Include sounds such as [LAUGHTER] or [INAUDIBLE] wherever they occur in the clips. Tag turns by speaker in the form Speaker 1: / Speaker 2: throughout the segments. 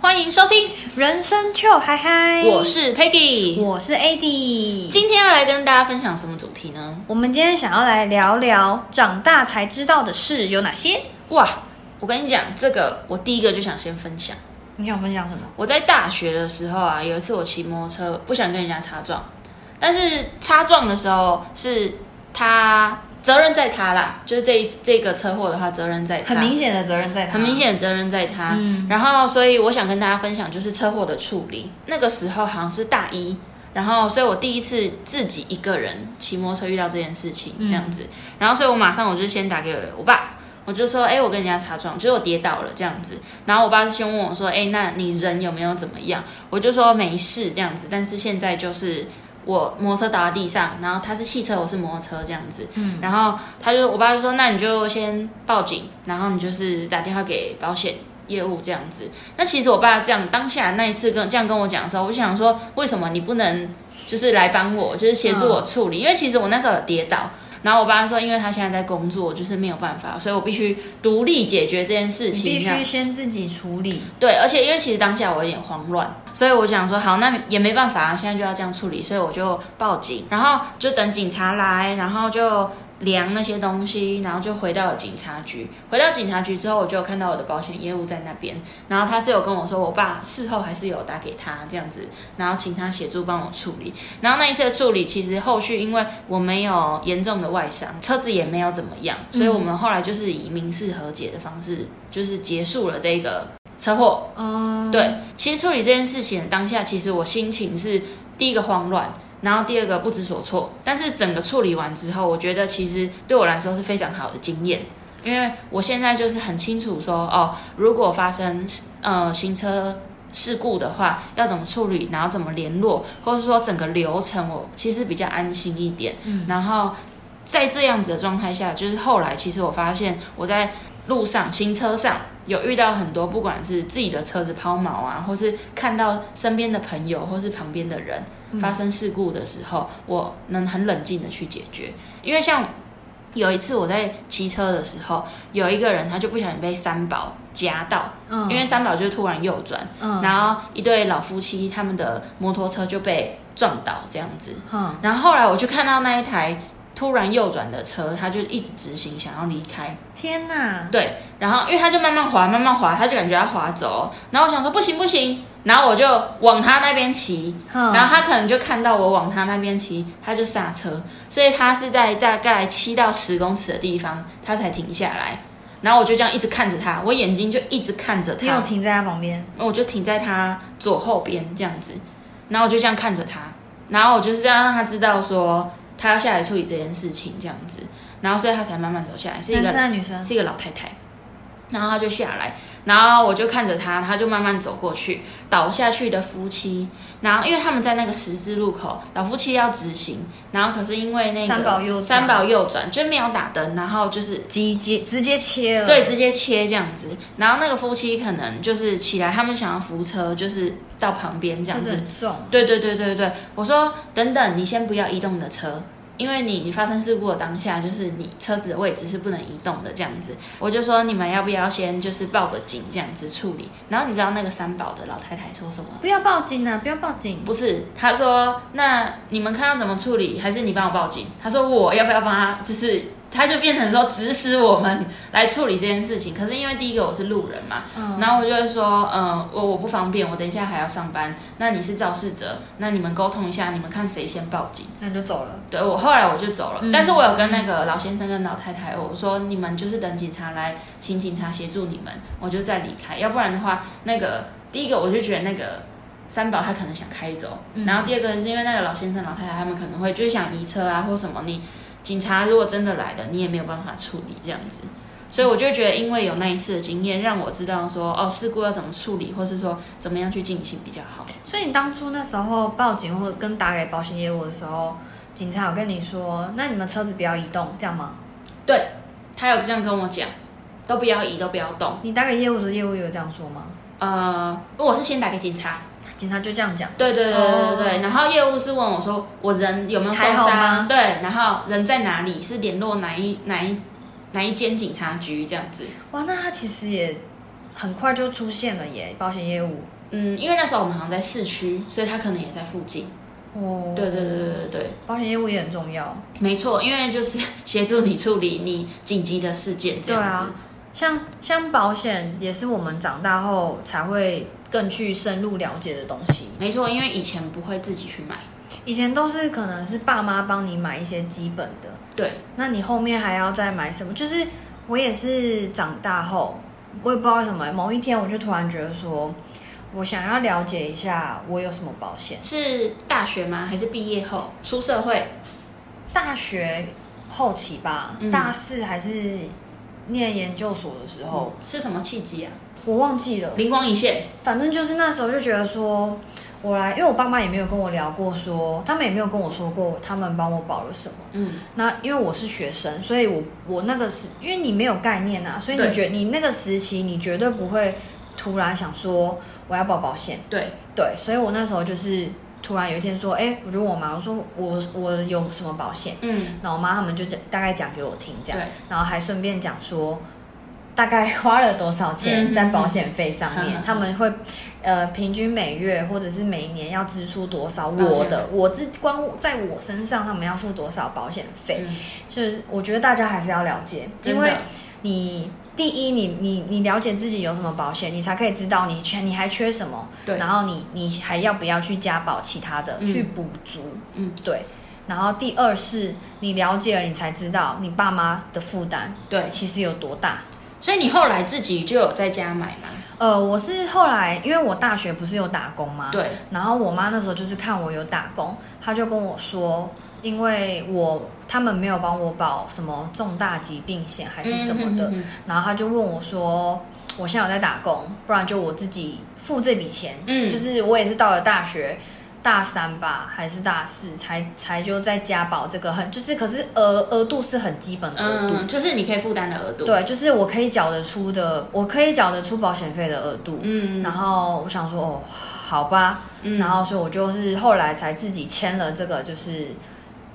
Speaker 1: 欢迎收听，
Speaker 2: 人生就嗨嗨，
Speaker 1: 我是 Peggy。
Speaker 2: 我是 AD。
Speaker 1: 今天要来跟大家分享什么主题呢？
Speaker 2: 我们今天想要来聊聊长大才知道的事有哪些？
Speaker 1: 哇，我跟你讲，这个我第一个就想先分享。
Speaker 2: 你想分享什么？
Speaker 1: 我在大学的时候啊，有一次我骑摩托车不想跟人家擦撞，但是擦撞的时候是他责任在他啦，就是这一这个车祸的话，责任在他，
Speaker 2: 很明显的责任在他，
Speaker 1: 啊很明。显的责任在他。
Speaker 2: 嗯
Speaker 1: 然后，所以我想跟大家分享就是车祸的处理。那个时候好像是大一，然后所以我第一次自己一个人骑摩托车遇到这件事情，
Speaker 2: 嗯
Speaker 1: 这样子。然后，所以我马上我就先打给我爸。我就说，哎、我跟人家擦撞，就是我跌倒了这样子。然后我爸先问我说，哎、那你人有没有怎么样？我就说没事这样子，但是现在就是我摩托车倒在地上，然后他是汽车，我是摩托车这样子。嗯，然后他就我爸就说，那你就先报警，然后你就是打电话给保险业务这样子。那其实我爸这样当下那一次跟这样跟我讲的时候，我就想说，为什么你不能就是来帮我，就是协助我处
Speaker 2: 嗯
Speaker 1: 理？因为其实我那时候有跌倒。然后我爸说，因为他现在在工作，就是没有办法，所以我必须独立解决这件事
Speaker 2: 你
Speaker 1: 情。啊
Speaker 2: 必
Speaker 1: 这样
Speaker 2: 须先自己处理，
Speaker 1: 对，而且因为其实当下我有点慌乱，所以我想说，好，那也没办法啊，现在就要这样处理，所以我就报警，然后就等警察来，然后就量那些东西，然后就回到了警察局。回到警察局之后，我就有看到我的保险业务在那边，然后他是有跟我说，我爸事后还是有打给他这样子，然后请他协助帮我处理。然后那一次的处理，其实后续因为我没有严重的外伤，车子也没有怎么样，所以我们后来就是以民事和解的方式，就是结束了这个车祸。
Speaker 2: 嗯，
Speaker 1: 对，其实处理这件事情的当下，其实我心情是第一个慌乱，然后第二个不知所措。但是整个处理完之后，我觉得其实对我来说是非常好的经验，因为我现在就是很清楚说，哦，如果发生呃行车。事故的话要怎么处理，然后怎么联络，或者说整个流程，我其实比较安心一点。嗯、然后在这样子的状态下，就是后来其实我发现我在路上、行车上有遇到很多，不管是自己的车子抛锚啊，或是看到身边的朋友或是旁边的人
Speaker 2: 嗯
Speaker 1: 发生事故的时候，我能很冷静的去解决。因为像有一次我在骑车的时候，有一个人他就不小心被三宝夹到，
Speaker 2: 嗯，
Speaker 1: 因为三宝就是突然右转，
Speaker 2: 嗯，
Speaker 1: 然后一对老夫妻他们的摩托车就被撞倒这样子。
Speaker 2: 嗯，
Speaker 1: 然后后来我就看到那一台突然右转的车，他就一直直行想要离开。
Speaker 2: 天哪，
Speaker 1: 对，然后因为他就慢慢滑，慢慢滑，他就感觉要滑走，然后我想说不行不行，然后我就往他那边骑，
Speaker 2: 嗯
Speaker 1: 然后他可能就看到我往他那边骑，他就刹车，所以他是在大概七到十公尺的地方，他才停下来，然后我就这样一直看着他，我眼睛就一直看着
Speaker 2: 你有
Speaker 1: 他，
Speaker 2: 停在他旁边，
Speaker 1: 我就停在他左后边这样子，然后我就这样看着他，然后我就是这样让他知道说他要下来处理这件事情这样子，然后所以他才慢慢走下来，是一
Speaker 2: 男
Speaker 1: 个
Speaker 2: 生还是女生？
Speaker 1: 是一个老太太，然后她就下来，然后我就看着她，她就慢慢走过去，倒下去的夫妻，然后因为他们在那个十字路口，老夫妻要直行，然后可是因为那个
Speaker 2: 三宝右转嗯
Speaker 1: 三宝右转就没有打灯，然后就是
Speaker 2: 直接直接切了，
Speaker 1: 对，直接切这样子，然后那个夫妻可能就是起来，他们想要扶车，就是到旁边这
Speaker 2: 车
Speaker 1: 样
Speaker 2: 子
Speaker 1: 子，
Speaker 2: 很重，
Speaker 1: 对对对对对，我说等等，你先不要移动你的车，因为你发生事故的当下，就是你车子的位置是不能移动的这样子。我就说你们要不要先就是报个警这样子处理。然后你知道那个三宝的老太太说什么？
Speaker 2: 不要报警啊，不要报警，
Speaker 1: 不是，她说那你们看要怎么处理，还是你帮我报警？她说我要不要帮她？就是她就变成说指使我们来处理这件事情。可是因为第一个我是路人嘛，
Speaker 2: 嗯，
Speaker 1: 然后我就会说，嗯，我我不方便，我等一下还要上班。那你是肇事者，那你们沟通一下，你们看谁先报警。
Speaker 2: 那你就走了，
Speaker 1: 对我后来我就走了，
Speaker 2: 嗯
Speaker 1: 但是我有跟那个老先生跟老太太我说，你们就是等警察来，请警察协助你们，我就再离开。要不然的话，那个第一个我就觉得那个三宝他可能想开走，
Speaker 2: 嗯
Speaker 1: 然后第二个是因为那个老先生老太太他们可能会就是想移车啊或什么，你警察如果真的来了，你也没有办法处理这样子。所以我就觉得，因为有那一次的经验，让我知道说，哦，事故要怎么处理，或是说怎么样去进行比较好。
Speaker 2: 所以你当初那时候报警或者跟打给保险业务的时候，警察有跟你说，那你们车子不要移动，这样吗？
Speaker 1: 他有这样跟我讲，都不要移，都不要动。
Speaker 2: 你打给业务的时候，业务有这样说吗？
Speaker 1: 呃，我是先打给警察，
Speaker 2: 警察就这样讲，
Speaker 1: 对对对对对对
Speaker 2: 哦
Speaker 1: 然后业务是问我说我人有没有受
Speaker 2: 还好吗
Speaker 1: 伤，对，然后人在哪里，是联络哪一哪一哪一间警察局这样子，
Speaker 2: 哇，那他其实也很快就出现了耶，保险业务，
Speaker 1: 嗯，因为那时候我们好像在市区，所以他可能也在附近。
Speaker 2: 哦，
Speaker 1: 对对对对对对，
Speaker 2: 保险业务也很重要。
Speaker 1: 没错，因为就是协助你处理你紧急的事件这
Speaker 2: 对
Speaker 1: 样子
Speaker 2: 啊。，像像保险也是我们长大后才会更去深入了解的东西。
Speaker 1: 没错，因为以前不会自己去买。
Speaker 2: 以前都是可能是爸妈帮你买一些基本的，
Speaker 1: 对，
Speaker 2: 那你后面还要再买什么？就是我也是长大后，我也不知道为什么，某一天我就突然觉得说，我想要了解一下我有什么保险。
Speaker 1: 是大学吗？还是毕业后出社会？
Speaker 2: 大学后期吧，
Speaker 1: 嗯
Speaker 2: 大四还是念研究所的时候，
Speaker 1: 是什么契机啊？
Speaker 2: 我忘记了。
Speaker 1: 灵光一现，
Speaker 2: 反正就是那时候就觉得说，我来，因为我爸妈也没有跟我聊过说他们也没有跟我说过他们帮我保了什么。
Speaker 1: 嗯，
Speaker 2: 那因为我是学生，所以我我那个时，因为你没有概念啊，所以
Speaker 1: 对
Speaker 2: 你觉你那个时期，你绝对不会突然想说我要保保险，
Speaker 1: 对，
Speaker 2: 对，所以我那时候就是突然有一天说，哎、我就问我妈，我说我我有什么保险，
Speaker 1: 嗯，
Speaker 2: 然后我妈他们就讲大概讲给我听这样
Speaker 1: 对，
Speaker 2: 然后还顺便讲说。大概花了多少
Speaker 1: 嗯
Speaker 2: 钱在保险费上
Speaker 1: 嗯嗯
Speaker 2: 面？
Speaker 1: 嗯
Speaker 2: 他们会，呃，平均每月或者是每年要支出多少？
Speaker 1: 保险
Speaker 2: 我的我自光在我身上，他们要付多少保险费？
Speaker 1: 嗯，
Speaker 2: 就是我觉得大家还是要了解，因
Speaker 1: 真
Speaker 2: 为
Speaker 1: 的，
Speaker 2: 你第一，你你你了解自己有什么保险，你才可以知道你缺你还缺什么，
Speaker 1: 对
Speaker 2: 然，后你你还要不要去加保其他的、
Speaker 1: 嗯
Speaker 2: 去补足，
Speaker 1: 嗯，
Speaker 2: 对。然后第二是你了解了，你才知道你爸妈的负担
Speaker 1: 对，
Speaker 2: 其实有多大。
Speaker 1: 所以你后来自己就有在家买嘛？
Speaker 2: 呃，我是后来因为我大学不是有打工吗？
Speaker 1: 对，
Speaker 2: 然后我妈那时候就是看我有打工，她就跟我说，因为我他们没有帮我保什么重大疾病险还是什么的，
Speaker 1: 嗯嗯嗯
Speaker 2: 然后她就问我说，我现在有在打工，不然就我自己付这笔钱。
Speaker 1: 嗯
Speaker 2: 就是我也是到了大学。大三吧，还是大四才才就在家保这个很就是，可是额额度是很基本的额度，
Speaker 1: 嗯，嗯就是你可以负担的额度，，
Speaker 2: 对，就是我可以缴得出的，我可以缴得出保险费的额度。
Speaker 1: 嗯
Speaker 2: 然后我想说，哦，好吧，
Speaker 1: 嗯
Speaker 2: 然后所以我就是后来才自己签了这个就是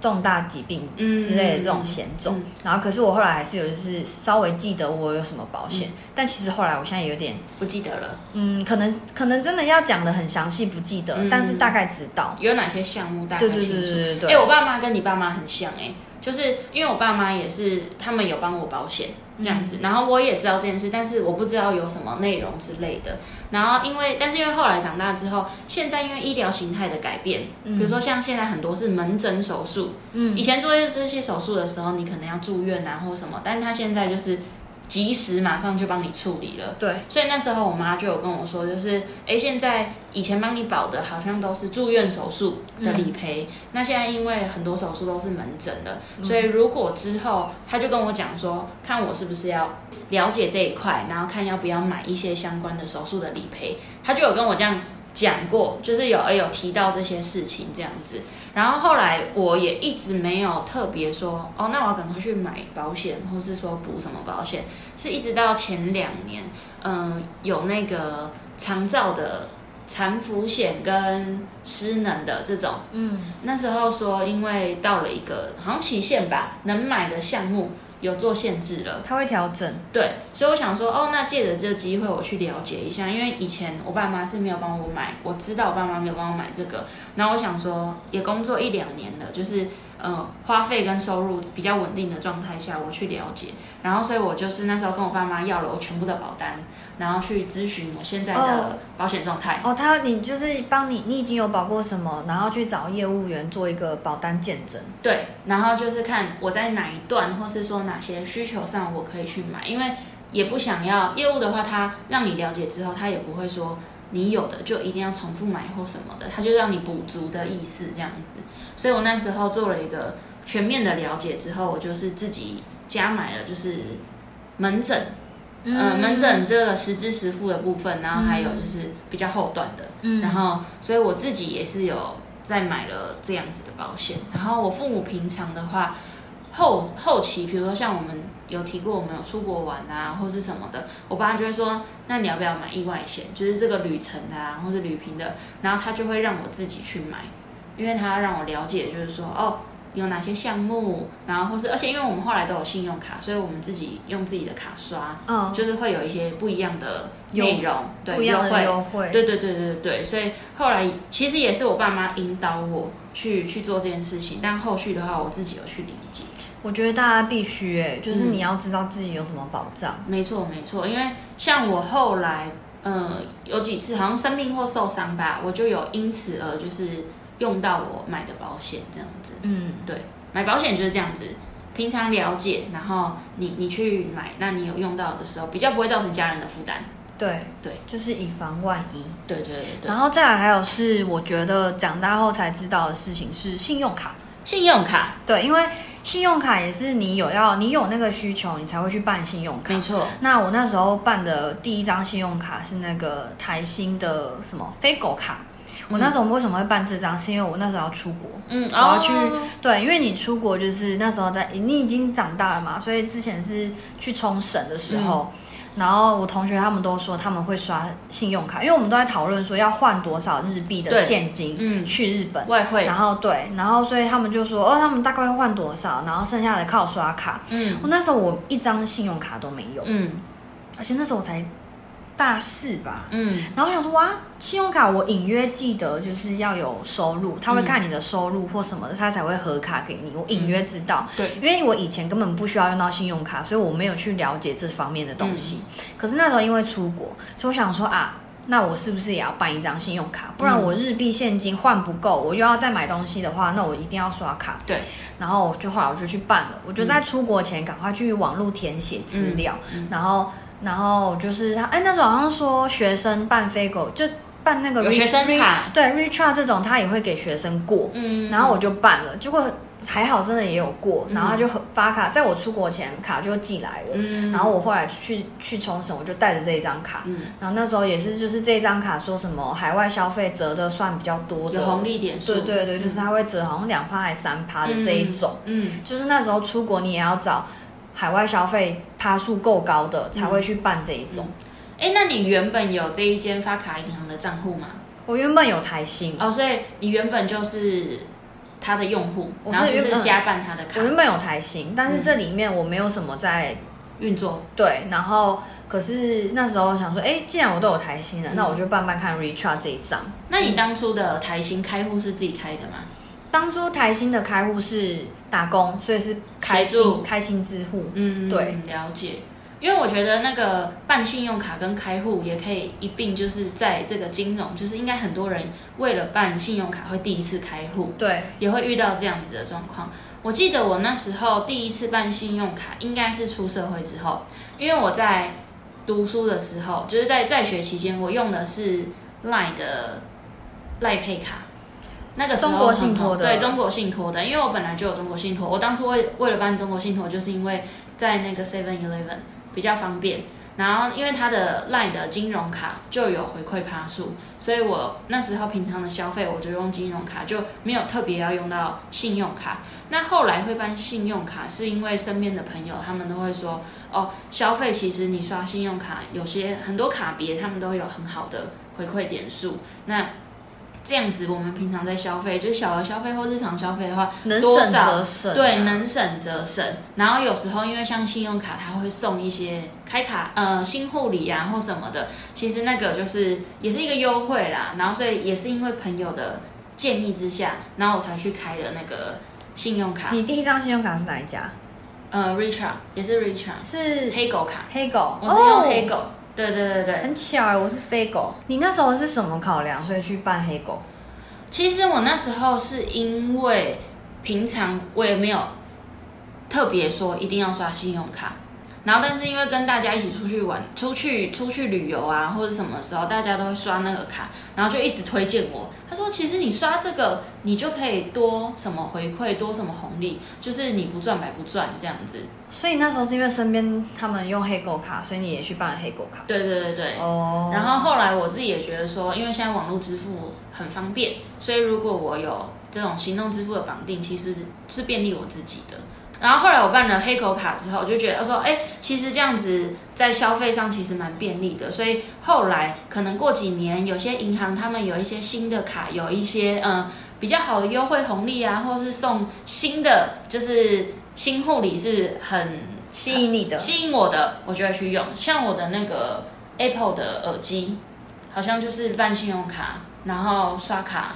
Speaker 2: 重大疾病
Speaker 1: 嗯
Speaker 2: 之类的这种险种。
Speaker 1: 嗯
Speaker 2: 然后可是我后来还是有就是稍微记得我有什么保
Speaker 1: 嗯
Speaker 2: 险，但其实后来我现在有点
Speaker 1: 不记得了，
Speaker 2: 嗯，可能可能真的要讲的很详细不记得，
Speaker 1: 嗯
Speaker 2: 但是大概知道。
Speaker 1: 有哪些项目大
Speaker 2: 对
Speaker 1: 概
Speaker 2: 对对
Speaker 1: 清
Speaker 2: 对
Speaker 1: 楚？
Speaker 2: 对对
Speaker 1: 哎、我爸妈跟你爸妈很像哎、就是因为我爸妈也是，他们有帮我保险这样
Speaker 2: 嗯
Speaker 1: 子，然后我也知道这件事，但是我不知道有什么内容之类的。然后因为，但是因为后来长大之后，现在因为医疗形态的改变，比如说像现在很多是门诊手术，
Speaker 2: 嗯
Speaker 1: 以前做这些手术的时候，你可能要住院啊或什么，但是他现在就是及时马上就帮你处理了。
Speaker 2: 对，
Speaker 1: 所以那时候我妈就有跟我说，就是诶，现在以前帮你保的好像都是住院手术的理赔，那现在因为很多手术都是门诊的，所以如果之后她就跟我讲说，看我是不是要了解这一块，然后看要不要买一些相关的手术的理赔，她就有跟我这样讲过，就是有有提到这些事情这样子。然后后来我也一直没有特别说，哦，那我要赶快去买保险，或是说补什么保险，是一直到前两年，嗯、有那个长照的残服险跟失能的这种，
Speaker 2: 嗯
Speaker 1: 那时候说因为到了一个好像期限吧，能买的项目有做限制了。
Speaker 2: 他会调整。
Speaker 1: 对，所以我想说，哦，那借着这个机会我去了解一下，因为以前我爸妈是没有帮我买，我知道我爸妈没有帮我买这个，然后我想说，也工作一两年了，就是呃，花费跟收入比较稳定的状态下，我去了解，然后所以我就是那时候跟我爸妈要了我全部的保单，然后去咨询我现在的
Speaker 2: 哦
Speaker 1: 保险状态。
Speaker 2: 哦，他你就是帮你，你已经有保过什么，然后去找业务员做一个保单见证。
Speaker 1: 对，然后就是看我在哪一段，或是说哪些需求上我可以去买，因为也不想要业务的话，他让你了解之后，他也不会说你有的就一定要重复买或什么的，他就让你补足的意思这样子。所以我那时候做了一个全面的了解之后，我就是自己加买了就是门诊，嗯、呃，门诊这个实支实付的部分，然后还有就是比较后段的，
Speaker 2: 嗯
Speaker 1: 然后所以我自己也是有在买了这样子的保险。然后我父母平常的话，后后期，比如说像我们有提过，我们有出国玩啊，或是什么的，我爸就会说，那你要不要买意外险？就是这个旅程的啊，或是旅平的，然后他就会让我自己去买，因为他要让我了解，就是说哦。有哪些项目，然后或是而且因为我们后来都有信用卡，所以我们自己用自己的卡刷，
Speaker 2: 嗯，
Speaker 1: 就是会有一些不一样的
Speaker 2: 有
Speaker 1: 内容，对，
Speaker 2: 不一
Speaker 1: 优
Speaker 2: 样
Speaker 1: 惠
Speaker 2: 的优惠，
Speaker 1: 对对对对对，所以后来其实也是我爸妈引导我去去做这件事情，但后续的话我自己有去理解。
Speaker 2: 我觉得大家必须哎、就是
Speaker 1: 嗯
Speaker 2: 你要知道自己有什么保障。
Speaker 1: 没错没错，因为像我后来，呃，有几次好像生病或受伤吧，我就有因此而就是用到我买的保险这样子。
Speaker 2: 嗯，
Speaker 1: 买保险就是这样子，平常了解，然后你你去买，那你有用到的时候，比较不会造成家人的负担。
Speaker 2: 对
Speaker 1: 对，
Speaker 2: 就是以防万一。
Speaker 1: 对对对对，
Speaker 2: 然后再来还有是，我觉得长大后才知道的事情是信用卡。
Speaker 1: 信用卡，
Speaker 2: 对，因为信用卡也是你有要你有那个需求，你才会去办信用卡
Speaker 1: 没。错，
Speaker 2: 那我那时候办的第一张信用卡是那个台新的什么飞狗卡。我那时候为什么会办这张，是因为我那时候要出国。
Speaker 1: 嗯，
Speaker 2: 我要
Speaker 1: 哦
Speaker 2: 去对，因为你出国就是那时候在你已经长大了嘛，所以之前是去冲绳的时候，
Speaker 1: 嗯
Speaker 2: 然后我同学他们都说他们会刷信用卡，因为我们都在讨论说要换多少日币的
Speaker 1: 对
Speaker 2: 现金
Speaker 1: 嗯，
Speaker 2: 去日本。
Speaker 1: 外汇，
Speaker 2: 然后对，然后所以他们就说，哦，他们大概会换多少，然后剩下的靠刷卡。
Speaker 1: 嗯
Speaker 2: 我那时候我一张信用卡都没有，
Speaker 1: 嗯
Speaker 2: 而且那时候我才大四吧。
Speaker 1: 嗯，
Speaker 2: 然后我想说，哇，信用卡我隐约记得就是要有收入，他会看你的收入或什么的，他才会核卡给你。我隐约知道，
Speaker 1: 嗯对，
Speaker 2: 因为我以前根本不需要用到信用卡，所以我没有去了解这方面的东西。
Speaker 1: 嗯
Speaker 2: 可是那时候因为出国，所以我想说啊，那我是不是也要办一张信用卡？不然我日币现金换不够，我又要再买东西的话，那我一定要刷卡。
Speaker 1: 对，
Speaker 2: 然后我就后来我就去办了，我就在出国前赶快去网络填写资料，
Speaker 1: 嗯
Speaker 2: 然后然后就是他哎那时候好像说学生办飞狗就办那个
Speaker 1: 有
Speaker 2: re-
Speaker 1: 学生
Speaker 2: re-
Speaker 1: 卡
Speaker 2: 对 recharge 这种他也会给学生过，
Speaker 1: 嗯，
Speaker 2: 然后我就办了，结果还好真的也有过，然后他就很发卡，在我出国前卡就寄来了，
Speaker 1: 嗯
Speaker 2: 然后我后来去去冲绳，我就带着这一张卡，
Speaker 1: 嗯
Speaker 2: 然后那时候也是就是这张卡说什么海外消费折的算比较多的
Speaker 1: 有红，利点数，
Speaker 2: 对对对，就是它会折好像两趴还三趴的这一种，
Speaker 1: 嗯，
Speaker 2: 就是那时候出国你也要找海外消费趴数够高的才会去办这一种。
Speaker 1: 哎、那你原本有这一间发卡银行的账户吗？
Speaker 2: 我原本有台新，
Speaker 1: 哦，所以你原本就是他的用户，
Speaker 2: 我是
Speaker 1: 然后只
Speaker 2: 原
Speaker 1: 是
Speaker 2: 本
Speaker 1: 加办他的卡
Speaker 2: 我原本有台新，但是这里面我没有什么在
Speaker 1: 运作。
Speaker 2: 对，然后可是那时候想说，哎，既然我都有台新了，
Speaker 1: 嗯
Speaker 2: 那我就慢慢看 Recharge 这一张。
Speaker 1: 那你当初的台新开户是自己开的吗？
Speaker 2: 当初台新的开户是打工，所以是开
Speaker 1: 协助
Speaker 2: 心开心支户。
Speaker 1: 嗯，
Speaker 2: 对，
Speaker 1: 了解。因为我觉得那个办信用卡跟开户也可以一并，就是在这个金融，就是应该很多人为了办信用卡会第一次开户，
Speaker 2: 对，
Speaker 1: 也会遇到这样子的状况。我记得我那时候第一次办信用卡，应该是出社会之后，因为我在读书的时候，就是在在学期间，我用的是赖的赖配卡。那个时候
Speaker 2: 中国信托的
Speaker 1: 对中国信托的，因为我本来就有中国信托，我当初为为了办中国信托，就是因为在那个 Seven Eleven 比较方便，然后因为它的赖的金融卡就有回馈趴数，所以我那时候平常的消费我就用金融卡，就没有特别要用到信用卡。那后来会办信用卡，是因为身边的朋友他们都会说，哦，消费其实你刷信用卡，有些很多卡别他们都有很好的回馈点数，那。这样子，我们平常在消费，就是小额消费或日常消费的话，
Speaker 2: 能
Speaker 1: 多
Speaker 2: 省
Speaker 1: 少
Speaker 2: 则省啊、
Speaker 1: 对，能省则省。然后有时候因为像信用卡，它会送一些开卡呃新护理啊或什么的，其实那个就是也是一个优惠啦。然后所以也是因为朋友的建议之下，然后我才去开了那个信用卡，
Speaker 2: 你第一张信用卡是哪一家？
Speaker 1: 呃 r i c h a r d 也是 r i c h a r
Speaker 2: 是
Speaker 1: d 黑狗卡，
Speaker 2: 黑狗，
Speaker 1: 我是用黑
Speaker 2: 哦
Speaker 1: 狗。对对对对，
Speaker 2: 很巧哎，我是飞狗。你那时候是什么考量，所以去办黑狗？
Speaker 1: 其实我那时候是因为平常我也没有特别说一定要刷信用卡，然后但是因为跟大家一起出去玩、出去出去旅游啊，或者什么时候大家都会刷那个卡，然后就一直推荐我。他说，其实你刷这个，你就可以多什么回馈，多什么红利，就是你不赚白不赚这样子。
Speaker 2: 所以那时候是因为身边他们用黑狗卡，所以你也去办黑狗卡。
Speaker 1: 对对对对，
Speaker 2: 哦，
Speaker 1: 然后后来我自己也觉得说，因为现在网络支付很方便，所以如果我有这种行动支付的绑定，其实是便利我自己的。然后后来我办了黑口卡之后，我就觉得说，哎，其实这样子在消费上其实蛮便利的。哦所以后来可能过几年，有些银行他们有一些新的卡，有一些嗯、呃比较好的优惠红利啊，或是送新的，就是新护理是很
Speaker 2: 吸引你的，
Speaker 1: 吸引我的，我就会去用。像我的那个 Apple 的耳机，好像就是办信用卡，然后刷卡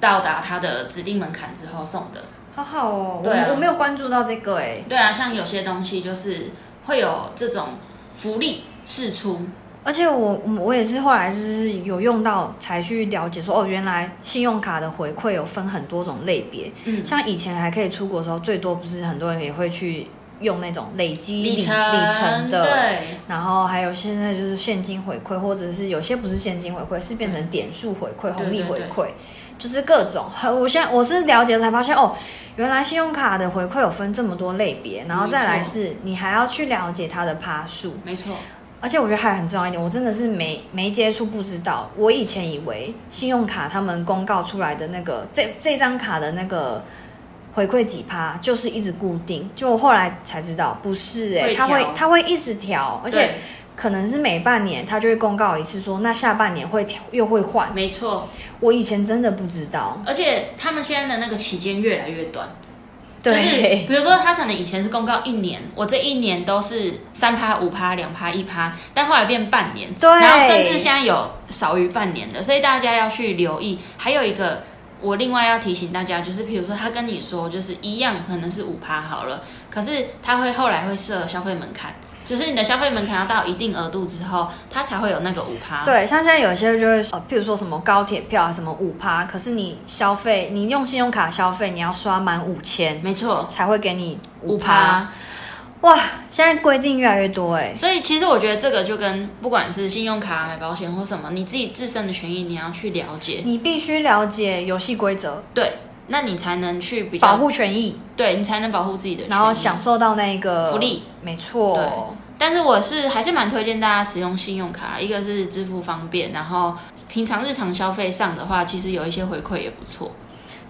Speaker 1: 到达它的指定门槛之后送的。
Speaker 2: 好好哦。我
Speaker 1: 对啊
Speaker 2: 我没有关注到这个哎，
Speaker 1: 对啊，像有些东西就是会有这种福利释出，
Speaker 2: 而且我我我也是后来就是有用到才去了解说哦，原来信用卡的回馈有分很多种类别，
Speaker 1: 嗯，
Speaker 2: 像以前还可以出国的时候，最多不是很多人也会去用那种累积
Speaker 1: 里
Speaker 2: 里
Speaker 1: 程
Speaker 2: 里程的，
Speaker 1: 对，
Speaker 2: 然后还有现在就是现金回馈，或者是有些不是现金回馈，是变成点数回馈、
Speaker 1: 对
Speaker 2: 红利回
Speaker 1: 对
Speaker 2: 馈，就是各种。很我现在我是了解才发现哦，原来信用卡的回馈有分这么多类别，然后再来
Speaker 1: 没错
Speaker 2: 是你还要去了解它的趴数，
Speaker 1: 没错，
Speaker 2: 而且我觉得还有很重要一点，我真的是没没接触不知道。我以前以为信用卡他们公告出来的那个这这张卡的那个回馈几趴，就是一直固定。就我后来才知道，不是哎、
Speaker 1: 会
Speaker 2: 它会
Speaker 1: 调
Speaker 2: 它会一直调，而且
Speaker 1: 对
Speaker 2: 可能是每半年它就会公告一次说那下半年会调又会换。
Speaker 1: 没错，
Speaker 2: 我以前真的不知道，
Speaker 1: 而且他们现在的那个期间越来越短。就是
Speaker 2: 对，
Speaker 1: 比如说，他可能以前是公告一年，我这一年都是三趴、五趴、两趴、一趴，但后来变半年，
Speaker 2: 对
Speaker 1: 然后甚至现在有少于半年的，所以大家要去留意。还有一个，我另外要提醒大家，就是比如说他跟你说就是一样，可能是五趴好了，可是他会后来会设消费门槛，就是你的消费门槛要到一定额度之后，它才会有那个五趴。
Speaker 2: [LAUGHS] 对，像现在有些就会呃，譬如说什么高铁票啊，什么五趴，可是你消费，你用信用卡消费，你要刷满五千，
Speaker 1: 没错，
Speaker 2: 才会给你
Speaker 1: 五
Speaker 2: 五趴。
Speaker 1: 趴。
Speaker 2: 哇，现在规定越来越多哎、
Speaker 1: 所以其实我觉得这个就跟不管是信用卡、买保险或什么，你自己自身的权益你要去了解。
Speaker 2: 你必须了解游戏规则，
Speaker 1: 对，那你才能去比较
Speaker 2: 保，护权益，
Speaker 1: 对你才能保护自己的权益，
Speaker 2: 然后享受到那个
Speaker 1: 福。利。
Speaker 2: 没错，
Speaker 1: 对但是我是还是蛮推荐大家使用信用卡，一个是支付方便，然后平常日常消费上的话，其实有一些回馈也不错。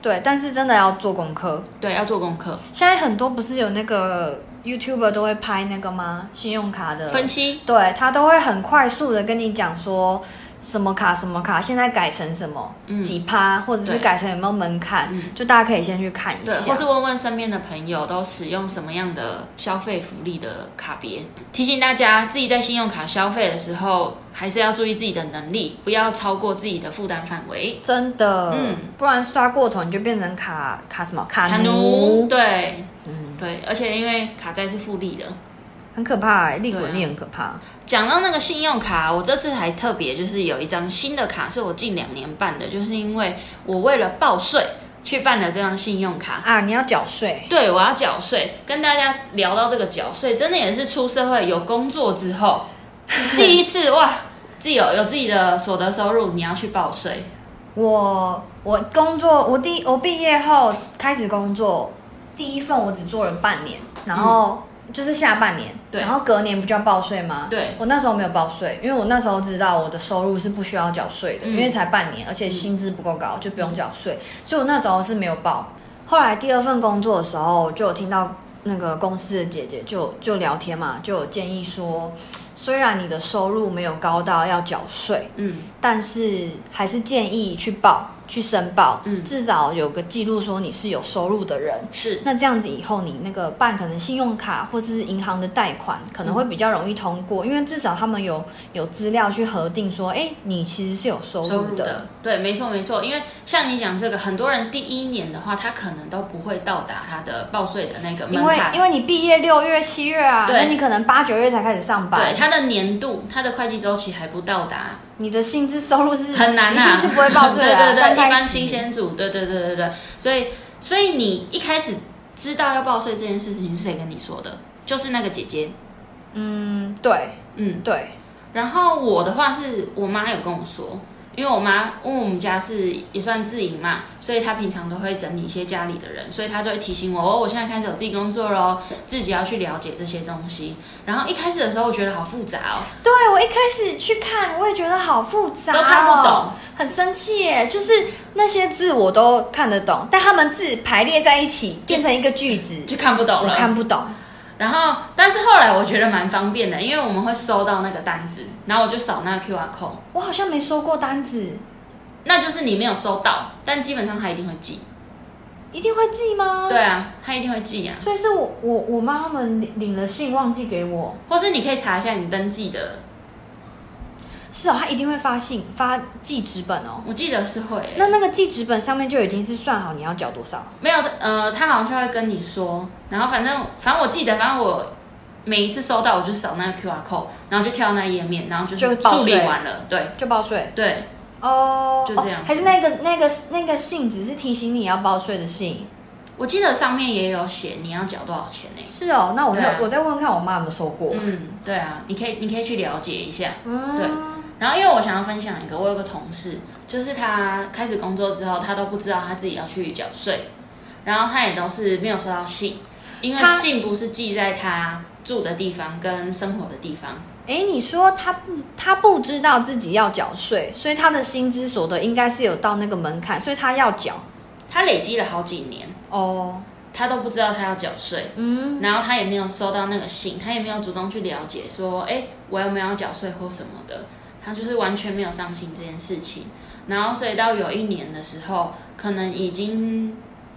Speaker 2: 对，但是真的要做功课。
Speaker 1: 对，要做功课，
Speaker 2: 现在很多不是有那个 YouTuber 都会拍那个吗？信用卡的
Speaker 1: 分析，
Speaker 2: 对他都会很快速的跟你讲说什么卡什么卡现在改成什么、
Speaker 1: 嗯
Speaker 2: 几趴，或者是
Speaker 1: 对
Speaker 2: 改成有没有门槛，
Speaker 1: 嗯
Speaker 2: 就大家可以先去看一下。
Speaker 1: 对，或是问问身边的朋友都使用什么样的消费福利的卡别。提醒大家，自己在信用卡消费的时候，还是要注意自己的能力，不要超过自己的负担范围。
Speaker 2: 真的，
Speaker 1: 嗯
Speaker 2: 不然刷过头你就变成卡卡什么卡
Speaker 1: 卡奴，
Speaker 2: 奴，嗯
Speaker 1: 对，对，而且因为卡债是复利的。
Speaker 2: 很可怕、欸，利
Speaker 1: 对啊
Speaker 2: 滚利很可怕。
Speaker 1: 讲到那个信用卡，我这次还特别就是有一张新的卡，是我近两年办的，就是因为我为了报税去办了这张信用卡。
Speaker 2: 啊，你要缴税，
Speaker 1: 对，我要缴税。跟大家聊到这个缴税，真的也是出社会有工作之后，
Speaker 2: [LAUGHS]
Speaker 1: 第一次哇，自己有有自己的所得收入，你要去报税。
Speaker 2: 我我工作，我第我毕业后开始工作，第一份我只做了半年，然后就是下半年，
Speaker 1: 嗯对
Speaker 2: 然后隔年不就要报税吗？
Speaker 1: 对
Speaker 2: 我那时候没有报税，因为我那时候知道我的收入是不需要缴税的，
Speaker 1: 嗯
Speaker 2: 因为才半年，而且薪资不够高，就不用缴税，所以我那时候是没有报。后来第二份工作的时候，就有听到那个公司的姐姐就就聊天嘛，就有建议说，虽然你的收入没有高到要缴税，
Speaker 1: 嗯，
Speaker 2: 但是还是建议去报、去申报，
Speaker 1: 嗯
Speaker 2: 至少有个记录说你是有收入的人。
Speaker 1: 是
Speaker 2: 那这样子以后，你那个办可能信用卡或是银行的贷款，可能会比较容易通过，因为至少他们有有资料去核定说，哎、你其实是有收
Speaker 1: 收
Speaker 2: 入
Speaker 1: 入
Speaker 2: 的。
Speaker 1: 的，对，没错没错。因为像你讲这个，很多人第一年的话，他可能都不会到达他的报税的那个门
Speaker 2: 因为
Speaker 1: 槛，
Speaker 2: 因为你毕业六月七月啊，
Speaker 1: 对
Speaker 2: 那你可能八九月才开始上班
Speaker 1: 对，，它的年度，它的会计周期还不到达，
Speaker 2: 你的薪资收入是
Speaker 1: 很难
Speaker 2: 一定
Speaker 1: 呐、
Speaker 2: 是不会
Speaker 1: [LAUGHS]
Speaker 2: 报税
Speaker 1: 对
Speaker 2: 的啊、
Speaker 1: 对对，
Speaker 2: 刚开
Speaker 1: 一般
Speaker 2: 始
Speaker 1: 新鲜组，对对对对对，所以所以你一开始知道要报税这件事情是谁跟你说的？就是那个姐姐，
Speaker 2: 嗯，对
Speaker 1: 嗯，
Speaker 2: 对，
Speaker 1: 然后我的话是我妈有跟我说，因为我妈因为我们家是也算自营嘛，所以她平常都会整理一些家里的人，所以她就会提醒我，哦，我现在开始有自己工作咯，自己要去了解这些东西。然后一开始的时候我觉得好复杂哦，
Speaker 2: 对我一开始去看，我也觉得好复杂、哦，
Speaker 1: 都看不懂。
Speaker 2: 很生气耶，就是那些字我都看得懂，但他们字排列在一起变成一个句子，
Speaker 1: 就看不懂
Speaker 2: 我
Speaker 1: 了。
Speaker 2: 看不懂。
Speaker 1: 然后，但是后来我觉得蛮方便的，因为我们会收到那个单子，然后我就扫那个 QR code，
Speaker 2: 我好像没收过单子，
Speaker 1: 那就是你没有收到，但基本上他一定会寄。
Speaker 2: 一定会寄吗？
Speaker 1: 对，啊，他一定会寄啊。
Speaker 2: 所以是我我我妈他们领领了信忘记给我。
Speaker 1: 或是你可以查一下你登记的，
Speaker 2: 是哦，他一定会发信发寄纸本哦。
Speaker 1: 我记得是会欸、
Speaker 2: 那那个寄纸本上面就已经是算好你要缴多少。
Speaker 1: 没有，呃，他好像就会跟你说，然后反正反正我记得，反正我每一次收到我就扫那个 QR code，然后就跳那页面，然后就
Speaker 2: 就是报
Speaker 1: 处理
Speaker 2: 税
Speaker 1: 完了，对
Speaker 2: 就报税
Speaker 1: 对，
Speaker 2: 哦
Speaker 1: 就这样
Speaker 2: 哦还是那个那个那个信只是提醒你要报税的信。
Speaker 1: 我记得上面也有写你要缴多少钱呢、
Speaker 2: 是哦，那我
Speaker 1: 对
Speaker 2: 再、
Speaker 1: 啊
Speaker 2: 我再问问看我妈有没有收过。
Speaker 1: 嗯，对啊，你可以你可以去了解一下。
Speaker 2: 嗯，
Speaker 1: 对然后因为我想要分享一个，我有个同事，就是他开始工作之后，他都不知道他自己要去缴税，然后他也都是没有收到信，因为
Speaker 2: 他
Speaker 1: 信不是寄在他住的地方跟生活的地方。
Speaker 2: 哎，你说他不他不知道自己要缴税，所以他的薪资所得应该是有到那个门槛，所以他要缴。
Speaker 1: 他累积了好几年，
Speaker 2: 哦，
Speaker 1: 他都不知道他要缴税，
Speaker 2: 嗯，
Speaker 1: 然后他也没有收到那个信，他也没有主动去了解说，哎，我有没有要缴税或什么的，他就是完全没有上心这件事情。然后，所以到有一年的时候，可能已经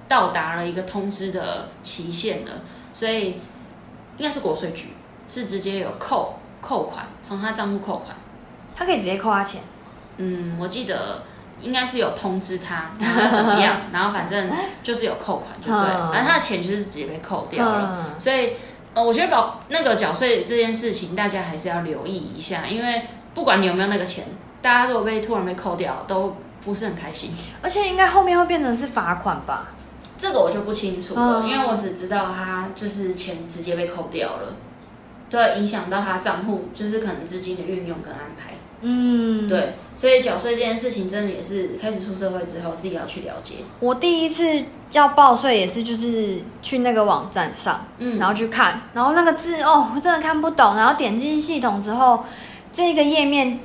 Speaker 1: 到达了一个通知的期限了，所以应该是国税局是直接有扣扣款，从他账户扣款。
Speaker 2: 他可以直接扣他钱。
Speaker 1: 嗯，我记得应该是有通知他，然后怎么样，然后反正就是有扣款就对了，
Speaker 2: 嗯
Speaker 1: 反正他的钱就是直接被扣掉了。
Speaker 2: 嗯，
Speaker 1: 所以，呃，我觉得保那个缴税这件事情，大家还是要留意一下，因为不管你有没有那个钱，大家如果被突然被扣掉，都不是很开心。
Speaker 2: 而且应该后面会变成是罚款吧？
Speaker 1: 这个我就不清楚了，
Speaker 2: 嗯
Speaker 1: 因为我只知道他就是钱直接被扣掉了，对，影响到他账户，就是可能资金的运用跟安排。
Speaker 2: 嗯，。
Speaker 1: 对，所以缴税这件事情真的也是开始出社会之后自己要去了解。
Speaker 2: 我第一次要报税也是就是去那个网站上，
Speaker 1: 嗯
Speaker 2: 然后去看，然后那个字哦，我真的看不懂。然后点进系统之后，这个页面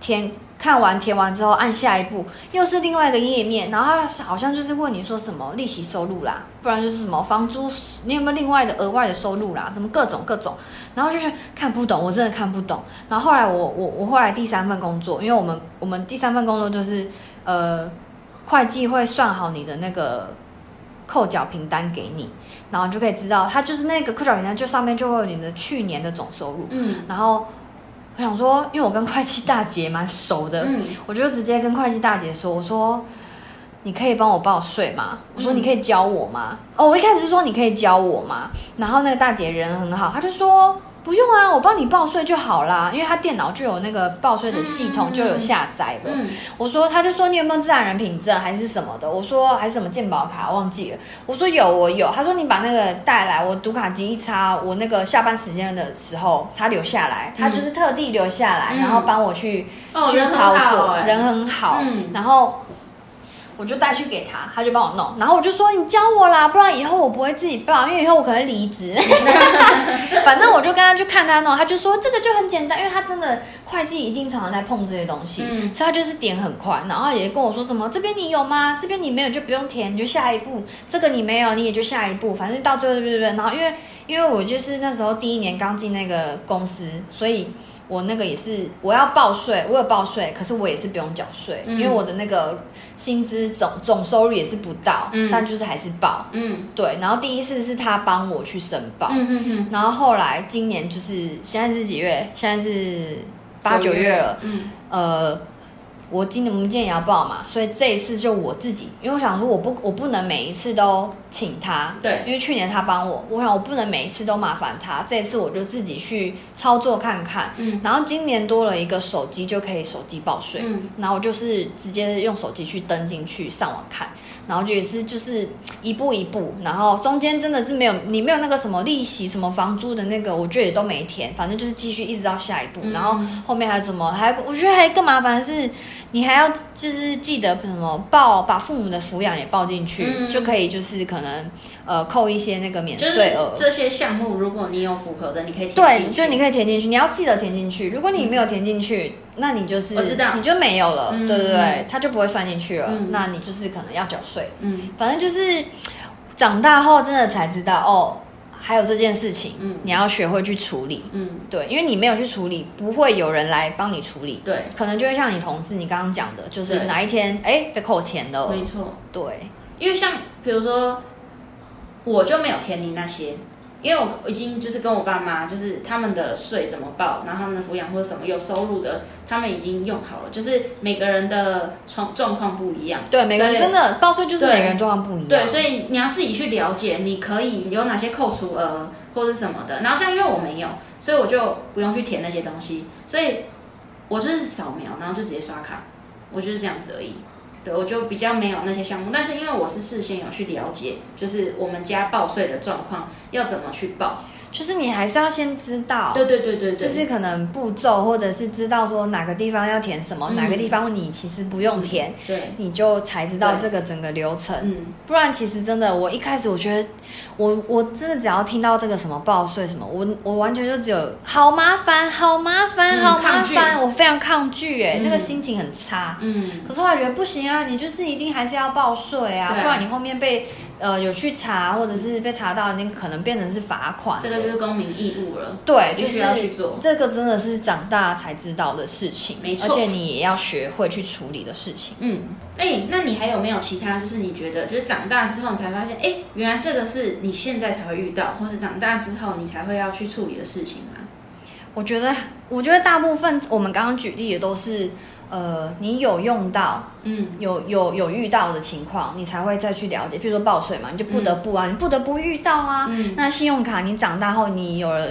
Speaker 2: 填看完填完之后，按下一步又是另外一个页面，然后它好像就是问你说什么利息收入啦，不然就是什么房租，你有没有另外的额外的收入啦，怎么各种各种，然后就是看不懂，我真的看不懂。然后后来我我我后来第三份工作，因为我们我们第三份工作就是呃。会计会算好你的那个扣缴凭单给你，然后你就可以知道，它就是那个扣缴凭单，就上面就会有你的去年的总收入。
Speaker 1: 嗯
Speaker 2: 然后我想说，因为我跟会计大姐蛮熟的，
Speaker 1: 嗯
Speaker 2: 我就直接跟会计大姐说，我说。你可以帮我报税吗？我说你可以教我吗？哦，我一开始是说你可以教我吗？然后那个大姐人很好，她就说不用啊，我帮你报税就好啦，因为她电脑就有那个报税的系
Speaker 1: 嗯嗯
Speaker 2: 统，
Speaker 1: 嗯
Speaker 2: 就有下载了。
Speaker 1: 嗯
Speaker 2: 我说，他就说你有没有自然人凭证还是什么的？我说还是什么健保卡忘记了。我说有，我有。他说你把那个带来，我读卡机一插，我那个下班时间的时候他留下来，他就是特地留下来，
Speaker 1: 嗯
Speaker 2: 然后帮我去、
Speaker 1: 哦
Speaker 2: 去
Speaker 1: 人很
Speaker 2: 操
Speaker 1: 好
Speaker 2: 作，
Speaker 1: 欸
Speaker 2: 人很好。
Speaker 1: 嗯
Speaker 2: 然后我就带去给他，他就帮我弄。然后我就说你教我啦，不然以后我不会自己报，因为以后我可能会
Speaker 1: [LAUGHS]
Speaker 2: 离职。 [LAUGHS] 反正我就跟他去看他弄，他就说这个就很简单，因为他真的会计一定常常在碰这些东西，
Speaker 1: 嗯
Speaker 2: 所以他就是点很快，然后也跟我说什么这边你有吗？这边你没有就不用填，你就下一步；这个你没有你也就下一步，反正到最后对对对。然后因为因为我就是那时候第一年刚进那个公司，所以。我那个也是，我要报税，我有报税，可是我也是不用缴税，
Speaker 1: 嗯
Speaker 2: 因为我的那个薪资总总收入也是不到，
Speaker 1: 嗯
Speaker 2: 但就是还是报。
Speaker 1: 嗯
Speaker 2: 对，然后第一次是他帮我去申报，
Speaker 1: 嗯嗯嗯，
Speaker 2: 然后后来今年就是现在是几月？现在是八九月了。。
Speaker 1: 嗯
Speaker 2: 呃，我今年我们今年也要报嘛，所以这一次就我自己，因为我想说我不我不能每一次都请他，
Speaker 1: 对
Speaker 2: 因为去年他帮我，我想我不能每一次都麻烦他，这一次我就自己去操作看看。
Speaker 1: 嗯
Speaker 2: 然后今年多了一个手机，就可以手机报税。
Speaker 1: 嗯
Speaker 2: 然后我就是直接用手机去登进去上网看，然后就也是就是一步一步，然后中间真的是没有你没有那个什么利息、什么房租的那个，我觉得也都没填，反正就是继续一直到下一步，
Speaker 1: 嗯
Speaker 2: 然后后面还有怎么还我觉得还更麻烦的是，你还要就是记得什么报把父母的抚养也报进去，
Speaker 1: 嗯
Speaker 2: 就可以就是可能呃扣一些那个免
Speaker 1: 就是
Speaker 2: 税额。
Speaker 1: 这些项目，如果你有符合的，你可以填
Speaker 2: 对，
Speaker 1: 进去
Speaker 2: 就你可以填进去，你要记得填进去。如果你没有填进去，那你就是
Speaker 1: 我知道
Speaker 2: 你就没有了，
Speaker 1: 嗯
Speaker 2: 对对对
Speaker 1: 嗯，
Speaker 2: 他就不会算进去了。
Speaker 1: 嗯
Speaker 2: 那你就是可能要缴税，
Speaker 1: 嗯
Speaker 2: 反正就是长大后真的才知道哦，还有这件事情，
Speaker 1: 嗯
Speaker 2: 你要学会去处理。
Speaker 1: 嗯，
Speaker 2: 对，因为你没有去处理，不会有人来帮你处理，
Speaker 1: 对，
Speaker 2: 可能就会像你同事你刚刚讲的，就是
Speaker 1: 对
Speaker 2: 哪一天哎、被扣钱了，
Speaker 1: 没错。
Speaker 2: 对，
Speaker 1: 因为像比如说，我就没有填你那些，因为我已经就是跟我爸妈，就是他们的税怎么报，然后他们的抚养或者什么有收入的，他们已经用好了，就是每个人的状状况不一样，
Speaker 2: 对，每个人
Speaker 1: 所以
Speaker 2: 真的报税就是
Speaker 1: 对
Speaker 2: 每个人状况不一样，
Speaker 1: 对，所以你要自己去了解，你可以有哪些扣除额或者什么的。然后像因为我没有，所以我就不用去填那些东西，所以我就是扫描，然后就直接刷卡，我就是这样子而已。对，我就比较没有那些项目，但是因为我是事先有去了解，就是我们家报税的状况要怎么去报。
Speaker 2: 就是你还是要先知道，
Speaker 1: 对对对对对，
Speaker 2: 就是可能步骤，或者是知道说哪个地方要填什么，
Speaker 1: 嗯
Speaker 2: 哪个地方你其实不用填，
Speaker 1: 对，
Speaker 2: 你就才知道
Speaker 1: 对
Speaker 2: 这个整个流程。
Speaker 1: 嗯，
Speaker 2: 不然其实真的，我一开始我觉得，我我真的只要听到这个什么报税什么，我我完全就只有好麻烦，好麻烦，
Speaker 1: 嗯
Speaker 2: 好麻
Speaker 1: 抗拒
Speaker 2: 烦，我非常抗拒、哎、
Speaker 1: 嗯
Speaker 2: 那个心情很差。
Speaker 1: 嗯，
Speaker 2: 可是后来觉得不行啊，你就是一定还是要报税啊，
Speaker 1: 对啊
Speaker 2: 不然你后面被呃有去查，或者是被查到，你可能变成是罚款。
Speaker 1: 这个就是公民义务了，
Speaker 2: 对，就
Speaker 1: 必须
Speaker 2: 是
Speaker 1: 要去做。
Speaker 2: 这个真的是长大才知道的事情，
Speaker 1: 没错
Speaker 2: 而且你也要学会去处理的事情。
Speaker 1: 嗯，哎、那你还有没有其他？就是你觉得，就是长大之后你才发现，哎、原来这个是你现在才会遇到，或是长大之后你才会要去处理的事情吗？
Speaker 2: 我觉得，我觉得大部分我们刚刚举例的都是，呃，你有用到。
Speaker 1: 嗯，
Speaker 2: 有有有遇到的情况，你才会再去了解。譬如说报税嘛，你就不得不啊，你不得不遇到啊。
Speaker 1: 嗯
Speaker 2: 那信用卡，你长大后你有了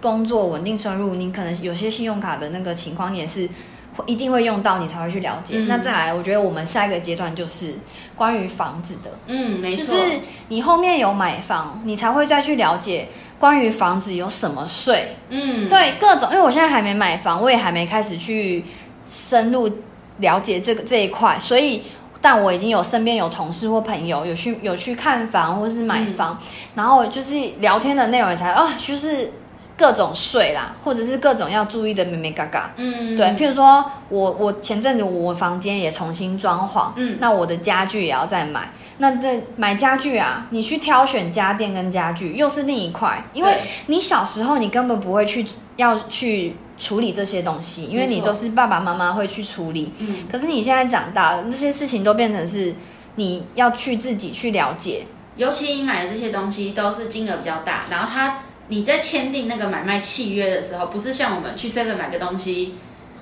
Speaker 2: 工作稳定收入，你可能有些信用卡的那个情况你也是会一定会用到，你才会去了解。
Speaker 1: 嗯
Speaker 2: 那再来，我觉得我们下一个阶段就是关于房子的，
Speaker 1: 嗯，没
Speaker 2: 就
Speaker 1: 错，
Speaker 2: 是你后面有买房，你才会再去了解关于房子有什么税，
Speaker 1: 嗯，
Speaker 2: 对各种。因为我现在还没买房，我也还没开始去深入了解这个这一块，所以。但我已经有身边有同事或朋友有去有去看房或是买房，
Speaker 1: 嗯
Speaker 2: 然后就是聊天的内容也才啊，就是各种税啦，或者是各种要注意的美美嘎嘎。
Speaker 1: 嗯，
Speaker 2: 对，譬如说我我前阵子我房间也重新装潢，
Speaker 1: 嗯
Speaker 2: 那我的家具也要再买。那这买家具啊，你去挑选家电跟家具又是另一块，因为
Speaker 1: 对
Speaker 2: 你小时候你根本不会去要去处理这些东西，因为你
Speaker 1: 没错
Speaker 2: 都是爸爸妈妈会去处理。
Speaker 1: 嗯
Speaker 2: 可是你现在长大了，那些事情都变成是你要去自己去了解，
Speaker 1: 尤其你买的这些东西都是金额比较大，然后他你在签订那个买卖契约的时候，不是像我们去 seven 买个东西，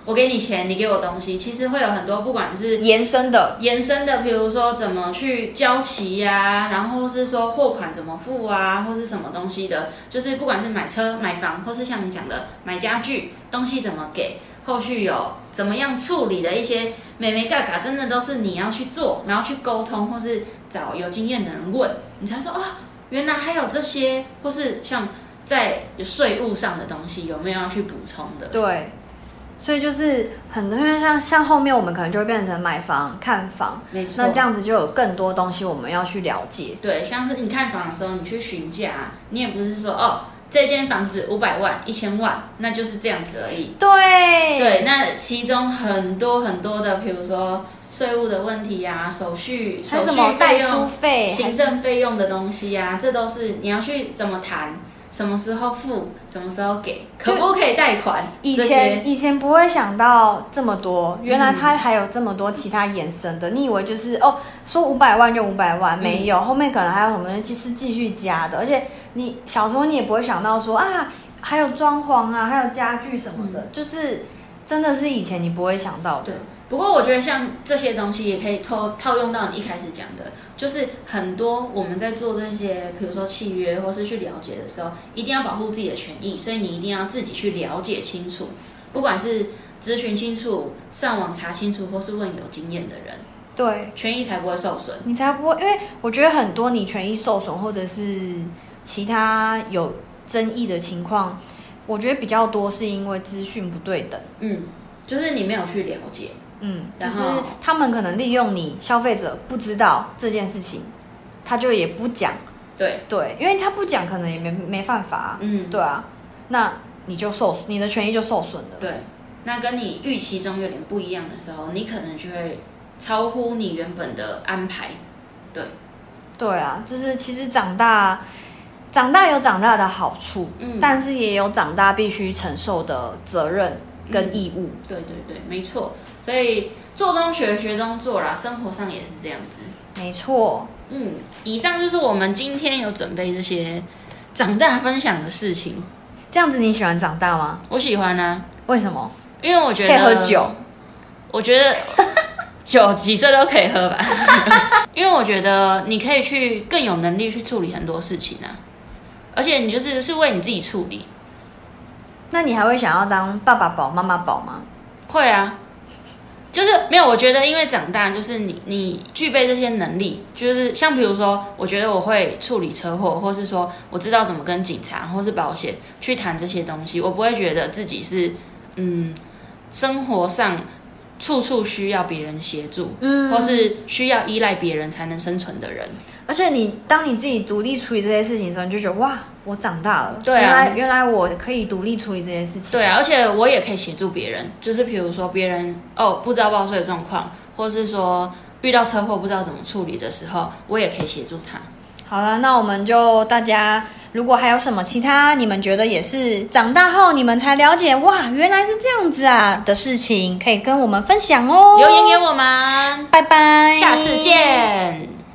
Speaker 1: 我给你钱，你给我东西，其实会有很多，不管是
Speaker 2: 延伸的。
Speaker 1: 延伸的，比如说怎么去交期呀、然后是说货款怎么付啊，或是什么东西的，就是不管是买车、买房，或是像你讲的买家具，东西怎么给，后续有怎么样处理的一些美眉嘎嘎，真的都是你要去做，然后去沟通，或是找有经验的人问，你才说啊、原来还有这些，或是像在税务上的东西有没有要去补充的？
Speaker 2: 对，所以就是很多，因为像像后面我们可能就会变成买房、看房，
Speaker 1: 没错，
Speaker 2: 那这样子就有更多东西我们要去了解。
Speaker 1: 对，像是你看房的时候，你去询价啊，你也不是说哦，这间房子五百万、一千万，那就是这样子而已。
Speaker 2: 对
Speaker 1: 对，那其中很多很多的，比如说税务的问题呀、手续、
Speaker 2: 还有
Speaker 1: 手
Speaker 2: 什
Speaker 1: 续
Speaker 2: 么代
Speaker 1: 费
Speaker 2: 书
Speaker 1: 用、
Speaker 2: 费，还
Speaker 1: 行政费用的东西呀、这都是你要去怎么谈，什么时候付，什么时候给，可不可以贷款？
Speaker 2: 以
Speaker 1: 这
Speaker 2: 前
Speaker 1: 些嗯
Speaker 2: 以前不会想到这么多，原来它还有这么多其他延伸的。你以为就是哦，说五百万就五百万，
Speaker 1: 嗯
Speaker 2: 没有，后面可能还有什么东西是继续加的。而且你小时候你也不会想到说啊，还有装潢啊，还有家具什么的，就是真的是以前你不会想到的
Speaker 1: 嗯对。不过我觉得像这些东西也可以套套用到你一开始讲的，就是很多我们在做这些，比如说契约或是去了解的时候，一定要保护自己的权益，所以你一定要自己去了解清楚，不管是咨询清楚、上网查清楚，或是问有经验的人，
Speaker 2: 对，
Speaker 1: 权益才不会受损。
Speaker 2: 你才不会，因为我觉得很多你权益受损或者是其他有争议的情况，我觉得比较多是因为资讯不对等。
Speaker 1: 嗯，就是你没有去了解。
Speaker 2: 嗯，就
Speaker 1: 然
Speaker 2: 是
Speaker 1: 后
Speaker 2: 他们可能利用你消费者不知道这件事情，他就也不讲，
Speaker 1: 对，
Speaker 2: 对，因为他不讲可能也没没办法、啊，
Speaker 1: 嗯，
Speaker 2: 对啊，那你就受你的权益就受损了，
Speaker 1: 对，那跟你预期中有点不一样的时候，你可能就会超乎你原本的安排。
Speaker 2: 对啊，就是其实长大，长大有长大的好处，
Speaker 1: 嗯
Speaker 2: 但是也有长大必须承受的责任跟义务。
Speaker 1: 对对对，没错。所以做中学，学中做啦，生活上也是这样子。
Speaker 2: 没错，
Speaker 1: 嗯，以上就是我们今天有准备这些长大分享的事情。
Speaker 2: 这样子你喜欢长大吗？
Speaker 1: 我喜欢啊，
Speaker 2: 为什么？
Speaker 1: 因为我觉
Speaker 2: 可
Speaker 1: 得
Speaker 2: 以喝酒，
Speaker 1: 我觉
Speaker 2: [LAUGHS]
Speaker 1: 得酒几岁都可以喝吧， [LAUGHS] 因为我觉得你可以去更有能力去处理很多事情啊，而且你就是是为你自己处理。
Speaker 2: 那你还会想要当爸爸宝、妈妈宝吗？
Speaker 1: 会啊，就是没有。我觉得因为长大，就是你你具备这些能力，就是像比如说，我觉得我会处理车祸，或是说我知道怎么跟警察或是保险去谈这些东西，我不会觉得自己是嗯生活上处处需要别人协助，
Speaker 2: 嗯
Speaker 1: 或是需要依赖别人才能生存的人。
Speaker 2: 而且你当你自己独立处理这些事情的时候，你就觉得哇，我长大了。
Speaker 1: 对啊
Speaker 2: 原来原来我可以独立处理这些事情。
Speaker 1: 对啊，而且我也可以协助别人，就是比如说别人哦不知道报税的状况，或是说遇到车祸不知道怎么处理的时候，我也可以协助他。
Speaker 2: 好了，那我们就大家如果还有什么其他你们觉得也是长大后你们才了解哇，原来是这样子啊的事情，可以跟我们分享哦。
Speaker 1: 留言给我们，
Speaker 2: 拜拜，
Speaker 1: 下次。见。